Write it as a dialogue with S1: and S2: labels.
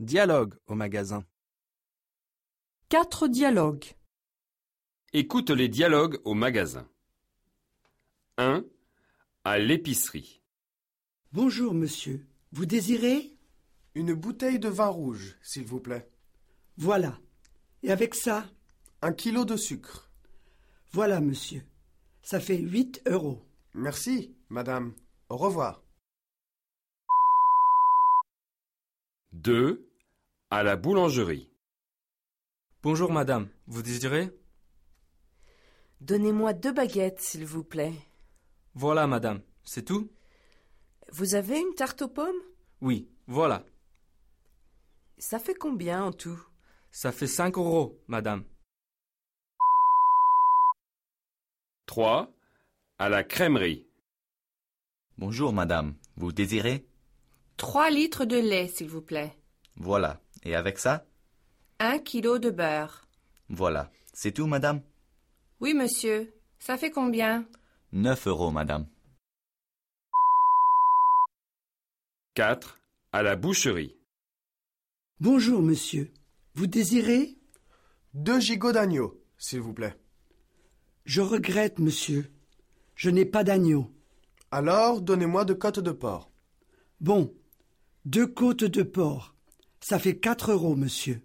S1: Dialogue au magasin.
S2: Quatre dialogues.
S3: Écoute les dialogues au magasin. 1. À l'épicerie.
S4: Bonjour, monsieur. Vous désirez
S5: Une bouteille de vin rouge, s'il vous plaît.
S4: Voilà. Et avec ça
S5: Un kilo de sucre.
S4: Voilà, monsieur. Ça fait 8 euros.
S5: Merci, madame. Au revoir.
S3: 2. À la boulangerie.
S6: Bonjour madame, vous désirez
S7: Donnez-moi deux baguettes, s'il vous plaît.
S6: Voilà madame, c'est tout
S7: Vous avez une tarte aux pommes
S6: Oui, voilà.
S7: Ça fait combien en tout
S6: Ça fait 5 euros, madame.
S3: 3. À la crèmerie.
S8: Bonjour, madame. Vous désirez
S9: Trois litres de lait, s'il vous plaît.
S8: Voilà. Et avec ça
S9: Un kilo de beurre.
S8: Voilà. C'est tout, madame
S9: Oui, monsieur. Ça fait combien
S8: 9 euros, madame.
S3: 4. À la boucherie.
S4: Bonjour, monsieur. Vous désirez
S5: Deux gigots d'agneau, s'il vous plaît.
S4: Je regrette, monsieur. Je n'ai pas d'agneau.
S5: Alors, donnez-moi deux côtes de porc.
S4: Bon. Deux côtes de porc. Ça fait 4 euros, monsieur.